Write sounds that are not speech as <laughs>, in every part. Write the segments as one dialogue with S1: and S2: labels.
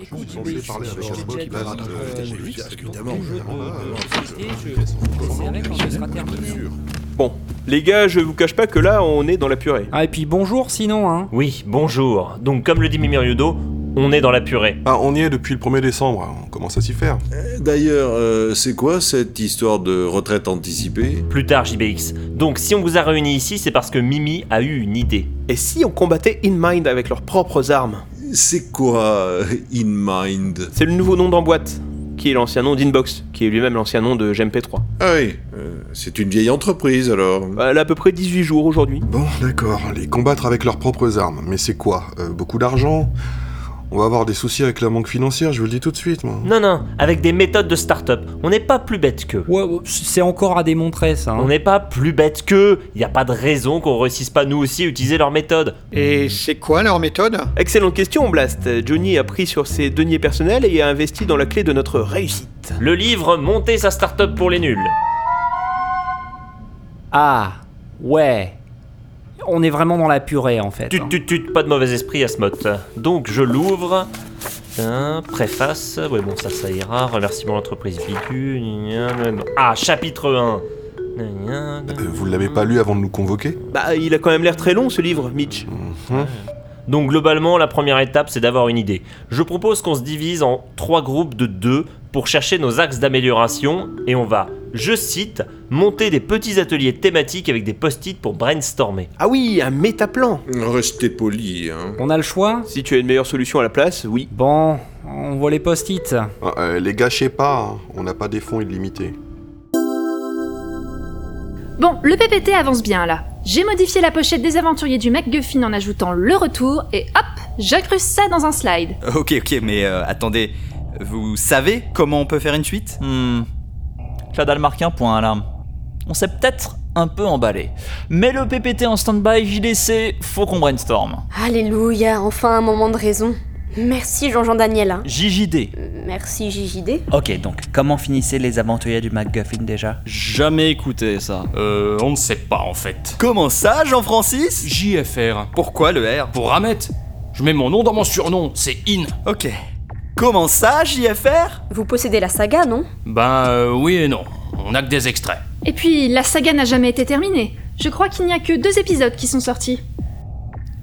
S1: Écoute,
S2: censé
S1: oui, je-
S2: parler
S1: je-
S2: avec
S1: je
S2: un
S1: t'ai
S2: robot
S1: déjà
S2: qui va
S1: dit,
S2: battre,
S1: euh, j'ai
S2: euh, des
S1: juste
S2: juifs,
S1: pour
S2: évidemment, Ah,
S1: tout jeu de-
S2: évidemment,
S1: de-
S2: ouais,
S1: de
S2: ouais,
S1: société,
S2: ouais,
S1: je-
S2: bien sûr.
S1: c'est vrai quand ce sera terminé.
S3: Bon, les gars, je vous cache pas que là, on est dans la purée.
S4: Ah, et puis bonjour sinon, hein.
S5: Oui, bonjour. Donc, comme le dit Mimiriodo, on est dans la purée.
S2: Ah, on y est depuis le 1er décembre, hein. on commence à s'y faire.
S6: D'ailleurs, euh, c'est quoi cette histoire de retraite anticipée
S5: Plus tard, JBX. Donc, si on vous a réunis ici, c'est parce que Mimi a eu une idée.
S3: Et si on combattait In Mind avec leurs propres armes
S6: C'est quoi euh, In Mind
S3: C'est le nouveau nom d'Emboîte, qui est l'ancien nom d'Inbox, qui est lui-même l'ancien nom de GMP3.
S6: Ah oui, euh, c'est une vieille entreprise alors.
S3: Elle a à peu près 18 jours aujourd'hui.
S2: Eh Bon, d'accord, les combattre avec leurs propres armes, mais c'est quoi Euh, Beaucoup d'argent On va avoir des soucis avec la banque financière, je vous le dis tout de suite, moi.
S5: Non, non, avec des méthodes de start-up. On n'est pas plus bête qu'eux.
S4: Ouais, ouais, c'est encore à démontrer ça. hein.
S5: On n'est pas plus bête qu'eux. Il n'y a pas de raison qu'on réussisse pas nous aussi à utiliser leurs méthodes.
S7: Et c'est quoi leur méthode
S3: Excellente question, Blast. Johnny a pris sur ses deniers personnels et a investi dans la clé de notre réussite.
S5: Le livre Monter sa start-up pour les nuls.
S4: Ah, ouais. On est vraiment dans la purée en fait.
S5: Tut
S4: hein.
S5: tut tut, pas de mauvais esprit à ce mode. Donc je l'ouvre. Hein, préface. Ouais bon ça ça ira. Remerciement à l'entreprise Bidu. gna, gna, gna. Ah chapitre 1. Gna, gna,
S2: Euh,
S5: gna.
S2: vous l'avez pas lu avant de nous convoquer
S3: Bah, il a quand même l'air très long ce livre, Mitch.
S5: Donc globalement la première étape c'est d'avoir une idée. Je propose qu'on se divise en trois groupes de deux pour chercher nos axes d'amélioration et on va, je cite, monter des petits ateliers thématiques avec des post-it pour brainstormer.
S3: Ah oui, un métaplan
S6: Restez poli, hein.
S4: On a le choix
S3: Si tu as une meilleure solution à la place, oui.
S4: Bon, on voit les post-it.
S2: Ah, euh, Les gâchez pas, hein, on n'a pas des fonds illimités.
S8: Bon, le PPT avance bien là. J'ai modifié la pochette des aventuriers du MacGuffin en ajoutant le retour et hop, j'incruste ça dans un slide.
S9: Ok, ok, mais euh, attendez, vous savez comment on peut faire une suite
S10: Hmm. Fadal marque un point, alarme. On s'est peut-être un peu emballé. Mais le PPT en stand-by, JDC, faut qu'on brainstorm.
S11: Alléluia, enfin un moment de raison. Merci Jean-Jean Daniel. hein.
S10: JJD.
S11: Merci JJD.
S10: Ok, donc,
S12: Comment finissaient les aventuriers du MacGuffin déjà
S10: jamais écouté ça.
S13: Euh, on ne sait pas en fait.
S9: Comment ça, Jean-Francis
S13: JFR.
S9: Pourquoi le R
S13: Pour Ahmet. Je mets mon nom dans mon surnom, c'est In.
S9: Ok. Comment ça, JFR
S11: Vous possédez la saga, non
S13: Ben euh, oui et non. On a que des extraits.
S8: Et puis, la saga n'a jamais été terminée. Je crois qu'il n'y a que deux épisodes qui sont sortis.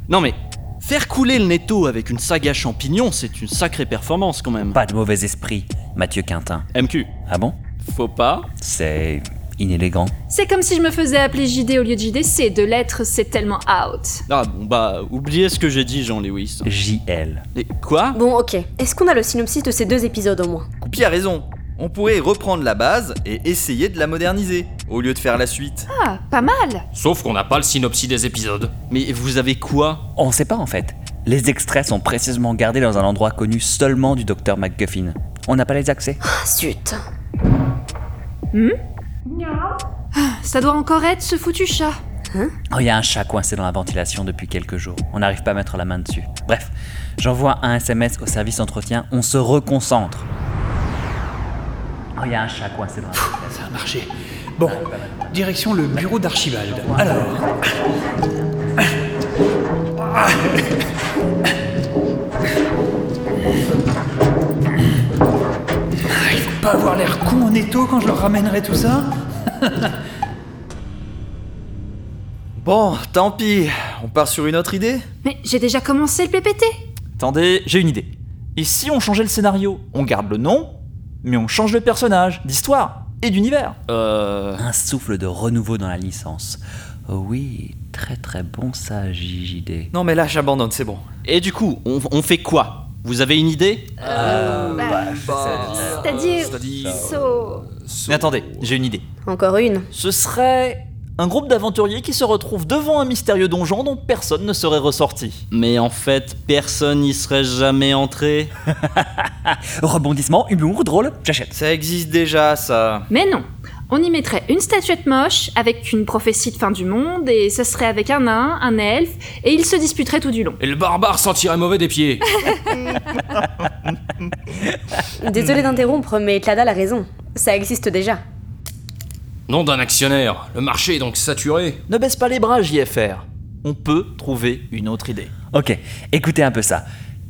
S10: Non mais, faire couler le netto avec une saga champignon, c'est une sacrée performance quand même.
S12: Pas de mauvais esprit, Mathieu Quintin.
S10: MQ,
S12: Ah bon
S10: faut pas.
S12: C'est inélégant.
S8: C'est comme si je me faisais appeler JD au lieu de JDC, de lettres, c'est tellement out.
S10: Ah bon, bah, oubliez ce que j'ai dit, Jean-Lewis.
S12: JL.
S10: Et quoi
S11: Bon, ok. Est-ce qu'on a le synopsis de ces deux épisodes au moins
S9: Coupi a raison. On pourrait reprendre la base et essayer de la moderniser, au lieu de faire la suite.
S8: Ah, pas mal
S13: Sauf qu'on n'a pas le synopsis des épisodes.
S10: Mais vous avez quoi
S12: On sait pas en fait. Les extraits sont précieusement gardés dans un endroit connu seulement du docteur MacGuffin. On n'a pas les accès.
S11: Ah, zut.
S8: Ça doit encore être ce foutu chat.
S12: Oh, il y a un chat coincé dans la ventilation depuis quelques jours. On n'arrive pas à mettre la main dessus. Bref, j'envoie un SMS au service entretien. On se reconcentre. Oh, il y a un chat coincé dans la ventilation.
S14: Ça a marché. Bon, direction le bureau d'Archibald. Alors. Ah, Ils vont pas avoir l'air con en étau quand je leur ramènerai tout ça
S9: Bon, tant pis. On part sur une autre idée
S8: Mais j'ai déjà commencé le PPT
S10: Attendez,
S12: J'ai une idée.
S10: et si on changeait le scénario On garde le nom, mais on change de personnage, d'histoire et d'univers. Euh...
S12: Un souffle de renouveau dans la licence. Oh oui, très très bon ça, JJD.
S9: Non mais là, j'abandonne, c'est bon.
S10: Et du coup, on, on fait quoi Vous avez une idée
S8: Bah, C'est-à-dire... So...
S10: Mais attendez, j'ai une idée.
S11: Encore une.
S10: Ce serait un groupe d'aventuriers qui se retrouve devant un mystérieux donjon dont personne ne serait ressorti. Mais en fait, personne n'y serait jamais entré.
S12: Rebondissement, humour, drôle, j'achète.
S9: Ça existe déjà, ça.
S8: Mais non on y mettrait une statuette moche avec une prophétie de fin du monde et ça serait avec un nain, un elfe et ils se disputeraient tout du long.
S13: Et le barbare sentirait mauvais des pieds.
S9: Hmm.
S11: Désolé d'interrompre, mais Tlada a raison. Ça existe déjà.
S13: nom d'un actionnaire. Le marché est donc saturé.
S10: Ne baisse pas les bras, JFR. On peut trouver une autre idée.
S12: Ok, écoutez un peu ça.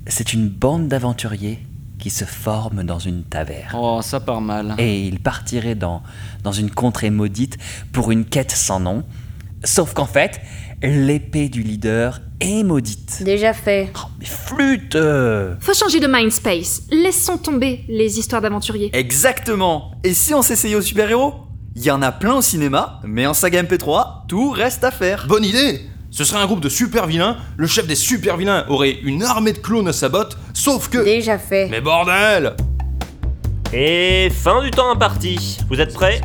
S12: C'est une bande d'aventuriers qui se forme dans une taverne.
S10: Oh, ça part mal.
S12: Et il partirait dans, dans une contrée maudite pour une quête sans nom. Sauf qu'en fait, l'épée du leader est maudite.
S11: Déjà fait.
S12: Flûte euh.
S8: Faut changer de mind space. Laissons tomber les histoires d'aventuriers.
S9: Exactement Et si on s'essayait aux super-héros Il y en a plein au cinéma, mais en saga MP3, tout reste à faire.
S15: Bonne idée Ce serait un groupe de super vilains, le chef des super vilains aurait une armée de clones à sa botte, sauf que.
S11: Déjà fait.
S15: Mais bordel
S5: Et fin du temps imparti. Vous êtes prêts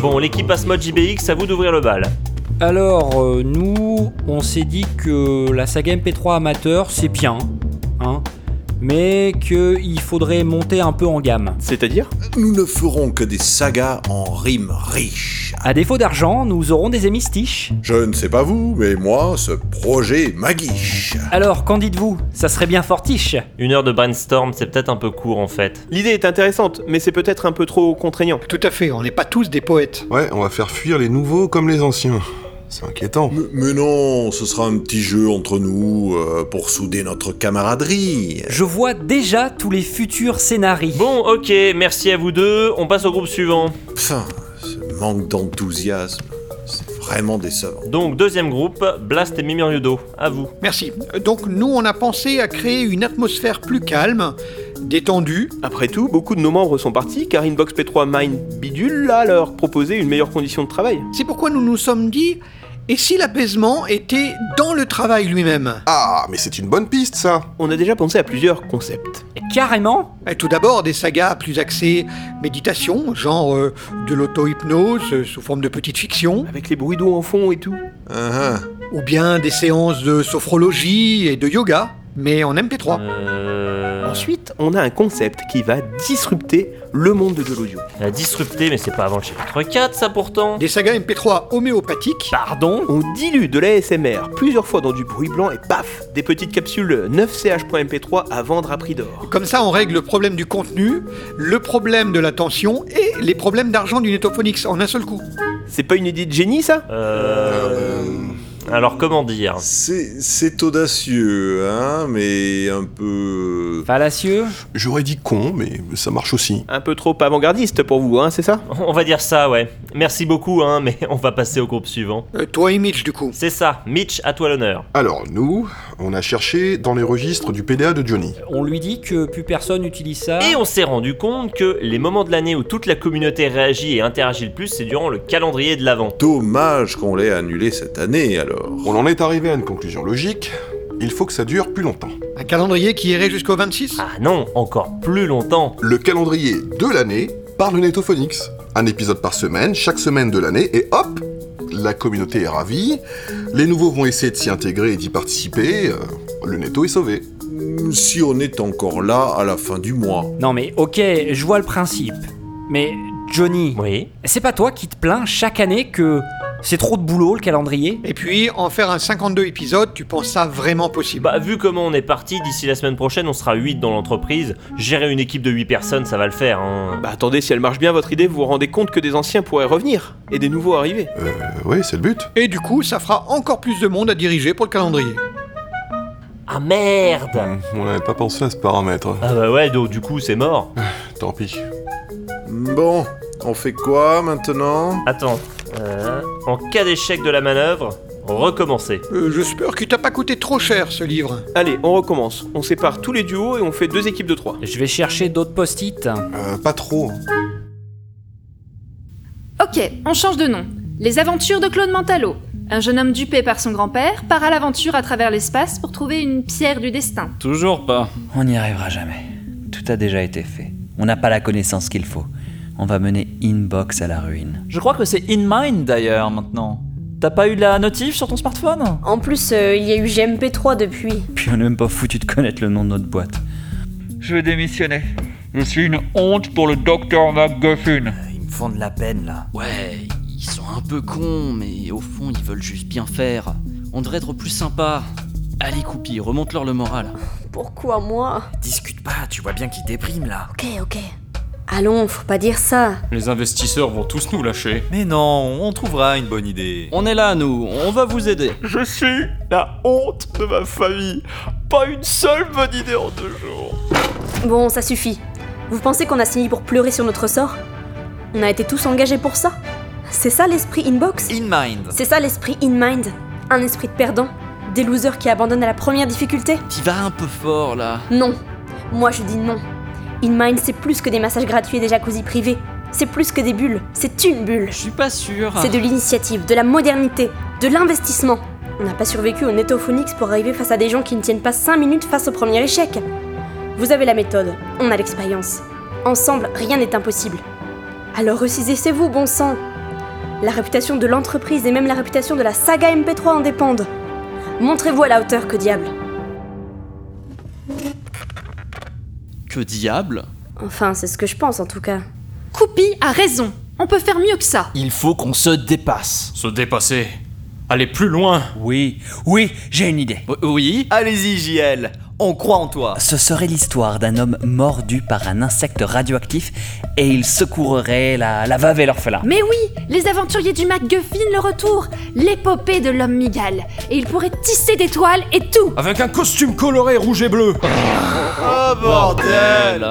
S5: Bon, l'équipe Asmod JBX, à vous d'ouvrir le bal.
S4: Alors, euh, nous, on s'est dit que la saga MP3 amateur, c'est bien, hein, mais qu'il faudrait monter un peu en gamme.
S5: C'est-à-dire
S6: Nous ne ferons que des sagas en rimes riches.
S4: À défaut d'argent, nous aurons des hémistiches.
S6: Je ne sais pas vous, mais moi, ce projet m'aguiche.
S4: Alors, qu'en dites-vous Ça serait bien fortiche.
S5: Une heure de brainstorm, c'est peut-être un peu court en fait.
S3: L'idée est intéressante, mais c'est peut-être un peu trop contraignant.
S7: Tout à fait, on n'est pas tous des poètes.
S2: Ouais, on va faire fuir les nouveaux comme les anciens. C'est inquiétant.
S6: Mais, mais non, ce sera un petit jeu entre nous euh, pour souder notre camaraderie.
S4: Je vois déjà tous les futurs scénarii.
S5: Bon, ok, merci à vous deux. On passe au groupe suivant.
S6: Enfin, ce manque d'enthousiasme, c'est vraiment décevant.
S5: Donc, deuxième groupe, Blast et Mimiriudo. À vous.
S7: Merci. Donc nous, on a pensé à créer une atmosphère plus calme, détendue.
S3: Après tout, beaucoup de nos membres sont partis car Inbox P3 Mind Bidule a leur proposé une meilleure condition de travail.
S7: C'est pourquoi nous nous sommes dit, et si l'apaisement était dans le travail lui-même
S2: Ah, mais c'est une bonne piste, ça
S3: On a déjà pensé à plusieurs concepts.
S4: Carrément
S7: Et Eh, Tout d'abord, des sagas plus axées méditation, genre euh, de l'auto-hypnose euh, sous forme de petite fiction,
S3: Avec les bruits d'eau en fond et tout.
S6: Ah, ah.
S7: ou bien des séances de sophrologie et de yoga, mais en MP3.
S5: Euh.
S3: Ensuite, on a un concept qui va disrupter le monde de l'audio.
S5: La disrupter, mais c'est pas avant le chapitre 4, ça pourtant.
S7: Des sagas MP3 homéopathiques,
S3: Pardon On dilue de l'ASMR plusieurs fois dans du bruit blanc et paf Des petites capsules 9ch.mp3 à vendre à prix d'or.
S7: comme ça on règle le problème du contenu, le problème de l'attention et les problèmes d'argent du Netophonix en un seul coup.
S3: C'est pas une idée de génie ça
S5: Euh. Alors, comment dire
S6: C'est c'est audacieux, hein, mais un peu...
S4: Fallacieux
S2: J'aurais dit con, mais ça marche aussi.
S3: Un peu trop avant-gardiste pour vous, hein, c'est ça
S5: On va dire ça, ouais. Merci beaucoup, hein, mais <laughs> on va passer au groupe suivant.
S7: Euh, toi et Mitch du coup.
S5: C'est ça, Mitch, à toi l'honneur.
S2: Alors, nous, on a cherché dans les registres du PDA de Johnny.
S4: On lui dit que plus personne n'utilise ça.
S5: Et on s'est rendu compte que les moments de l'année où toute la communauté réagit et interagit le plus, c'est durant le calendrier de l'Avent.
S6: Dommage qu'on l'ait annulé cette année, alors.
S2: On en est arrivé à une conclusion logique. Il faut que ça dure plus longtemps.
S7: Un calendrier qui irait jusqu'au 26
S5: Ah non, encore plus longtemps.
S2: Le calendrier de l'année par le Netophonix. Un épisode par semaine, chaque semaine de l'année, et hop La communauté est ravie. Les nouveaux vont essayer de s'y intégrer et d'y participer. euh, le Netto est sauvé.
S6: Si on est encore là à la fin du mois.
S4: Non mais ok, je vois le principe. Mais Johnny,
S5: Oui.
S4: c'est pas toi qui te plains chaque année que c'est trop de boulot le calendrier
S7: Et puis en faire un 52 épisodes, tu penses ça vraiment possible
S5: Bah, vu comment on est parti, d'ici la semaine prochaine, on sera 8 dans l'entreprise. Gérer une équipe de 8 personnes, ça va le faire, hein.
S3: Bah attendez, si elle marche bien votre idée, vous vous rendez compte que des anciens pourraient revenir et des nouveaux arriver.
S2: Euh, ouais, c'est le but.
S7: Et du coup, ça fera encore plus de monde à diriger pour le calendrier.
S5: Ah merde
S2: On n'avait pas pensé à ce paramètre.
S5: Ah bah ouais, donc du coup, c'est mort.
S2: Tant pis.
S6: Bon, on fait quoi maintenant
S5: Attends. Euh, en cas d'échec de la manœuvre, recommencer.
S7: Euh, J'espère qu'il t'a pas coûté trop cher ce livre.
S3: Allez, on recommence. On sépare tous les duos et on fait deux équipes de trois.
S4: Je vais chercher d'autres post-it.
S2: Euh, pas trop.
S8: Ok, on change de nom. Les aventures de Claude Mentalo. Un jeune homme dupé par son grand-père part à l'aventure à travers l'espace pour trouver une pierre du destin.
S10: Toujours pas.
S12: On n'y arrivera jamais. Tout a déjà été fait. On n'a pas la connaissance qu'il faut. On va mener Inbox à la ruine.
S10: Je crois que c'est in mind d'ailleurs maintenant. T'as pas eu la notif sur ton smartphone
S11: En plus, euh, il y a eu GMP3 depuis.
S12: Puis on n'est même pas foutu de connaître le nom de notre boîte.
S16: Je vais démissionner. Je suis une honte pour le docteur McGuffin.
S9: Ils me font de la peine là.
S17: Ouais, ils sont un peu cons, mais au fond, ils veulent juste bien faire. On devrait être plus sympa. Allez, Coupi, remonte-leur le moral.
S11: Pourquoi moi
S9: Discute pas, tu vois bien qu'ils dépriment là.
S11: Ok, ok. Allons, faut pas dire ça.
S13: Les investisseurs vont tous nous lâcher.
S9: Mais non, on trouvera une bonne idée.
S17: On est là, nous, on va vous aider.
S9: Je suis
S17: La honte de ma famille. Pas une seule bonne idée en deux jours.
S11: Bon, ça suffit. Vous pensez qu'on a signé pour pleurer sur notre sort On a été tous engagés pour ça C'est ça l'esprit inbox
S9: In mind.
S11: C'est ça l'esprit in mind Un esprit de perdant Des losers qui abandonnent à la première difficulté
S17: Tu vas un peu fort là.
S11: Non Moi je dis non In mind c'est plus que des massages gratuits et des jacuzzis privés. C'est plus que des bulles, c'est une bulle. Je
S17: suis pas sûre.
S11: C'est de l'initiative, de la modernité, de l'investissement. On n'a pas survécu au Netophonix pour arriver face à des gens qui ne tiennent pas 5 minutes face au premier échec. Vous avez la méthode, on a l'expérience. Ensemble, rien n'est impossible. Alors ressaisissez-vous, bon sang La réputation de l'entreprise et même la réputation de la saga MP3 en dépendent. Montrez-vous à la hauteur, que diable
S17: Que diable
S11: Enfin, c'est ce que je pense en tout cas.
S8: Coupi a raison. On peut faire mieux que ça.
S13: Il faut qu'on se dépasse. Se dépasser Aller plus loin Oui, oui, j'ai une idée.
S17: Oui
S9: Allez-y, JL, on croit en toi.
S12: Ce serait l'histoire d'un homme mordu par un insecte radioactif et il secourerait la, la veuve et l'orphelin.
S8: Mais oui, les aventuriers du MacGuffin le retour, l'épopée de l'homme migal. Et ils pourraient tisser des toiles et tout.
S15: Avec un costume coloré rouge et bleu.
S9: Oh bordel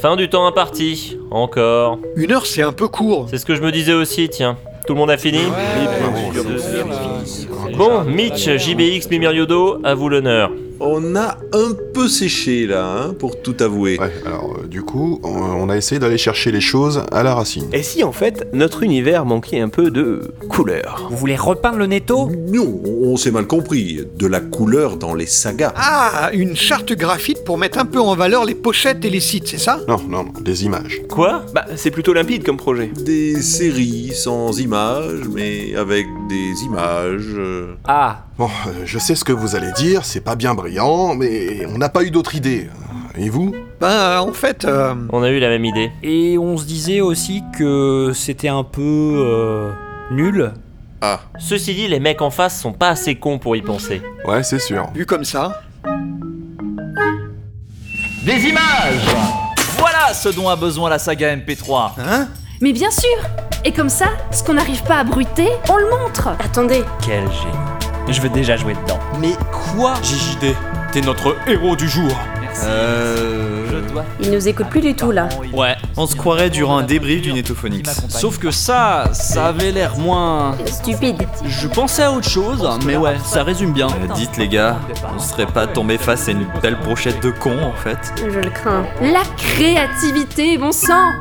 S5: Fin du temps imparti. Encore.
S7: Une heure, c'est un peu court.
S5: C'est ce que je me disais aussi, tiens. Tout le monde a fini Bon, Mitch, JBX, Mimiriodo, à vous l'honneur.
S6: On a un peu séché là, hein, pour tout avouer.
S2: alors euh, du coup, on, on a essayé d'aller chercher les choses à la racine.
S3: Et si en fait notre univers manquait un peu de couleur
S4: Vous voulez repeindre le netto
S6: Non, on s'est mal compris. De la couleur dans les sagas.
S7: Ah, une charte graphique pour mettre un peu en valeur les pochettes et les sites, c'est ça
S2: Non, non, non, des images.
S3: Quoi Bah c'est plutôt limpide comme projet.
S6: Des séries sans images, mais avec des images. euh.
S4: Ah,
S2: Bon, euh, je sais ce que vous allez dire, c'est pas bien brillant, mais on n'a pas eu d'autre idée. Et vous
S7: Ben, en fait, euh,
S5: On a eu la même idée.
S4: Et on se disait aussi que c'était un peu euh, nul.
S6: Ah.
S5: Ceci dit, les mecs en face sont pas assez cons pour y penser.
S2: Ouais, c'est sûr.
S7: vu comme ça,
S10: Des images
S9: Voilà ce dont a besoin la saga MP3.
S10: Hein
S8: Mais bien sûr Et comme ça, ce qu'on n'arrive pas à bruiter, on le montre
S11: Attendez,
S12: Quel génie. Je veux déjà jouer dedans.
S10: Mais quoi
S13: JJD, t'es notre héros du jour.
S9: Euh...
S10: Je dois.
S11: il nous écoute plus du tout là.
S10: Ouais.
S9: On se croirait durant un débrief du Netophonix.
S10: Sauf que ça, ça avait l'air moins.
S11: Stupide.
S10: Je pensais à autre chose, mais ouais, ça résume bien.
S9: Euh, dites les gars, on serait pas tombé face à une belle brochette de cons en fait.
S11: Je le crains.
S8: La créativité, bon sang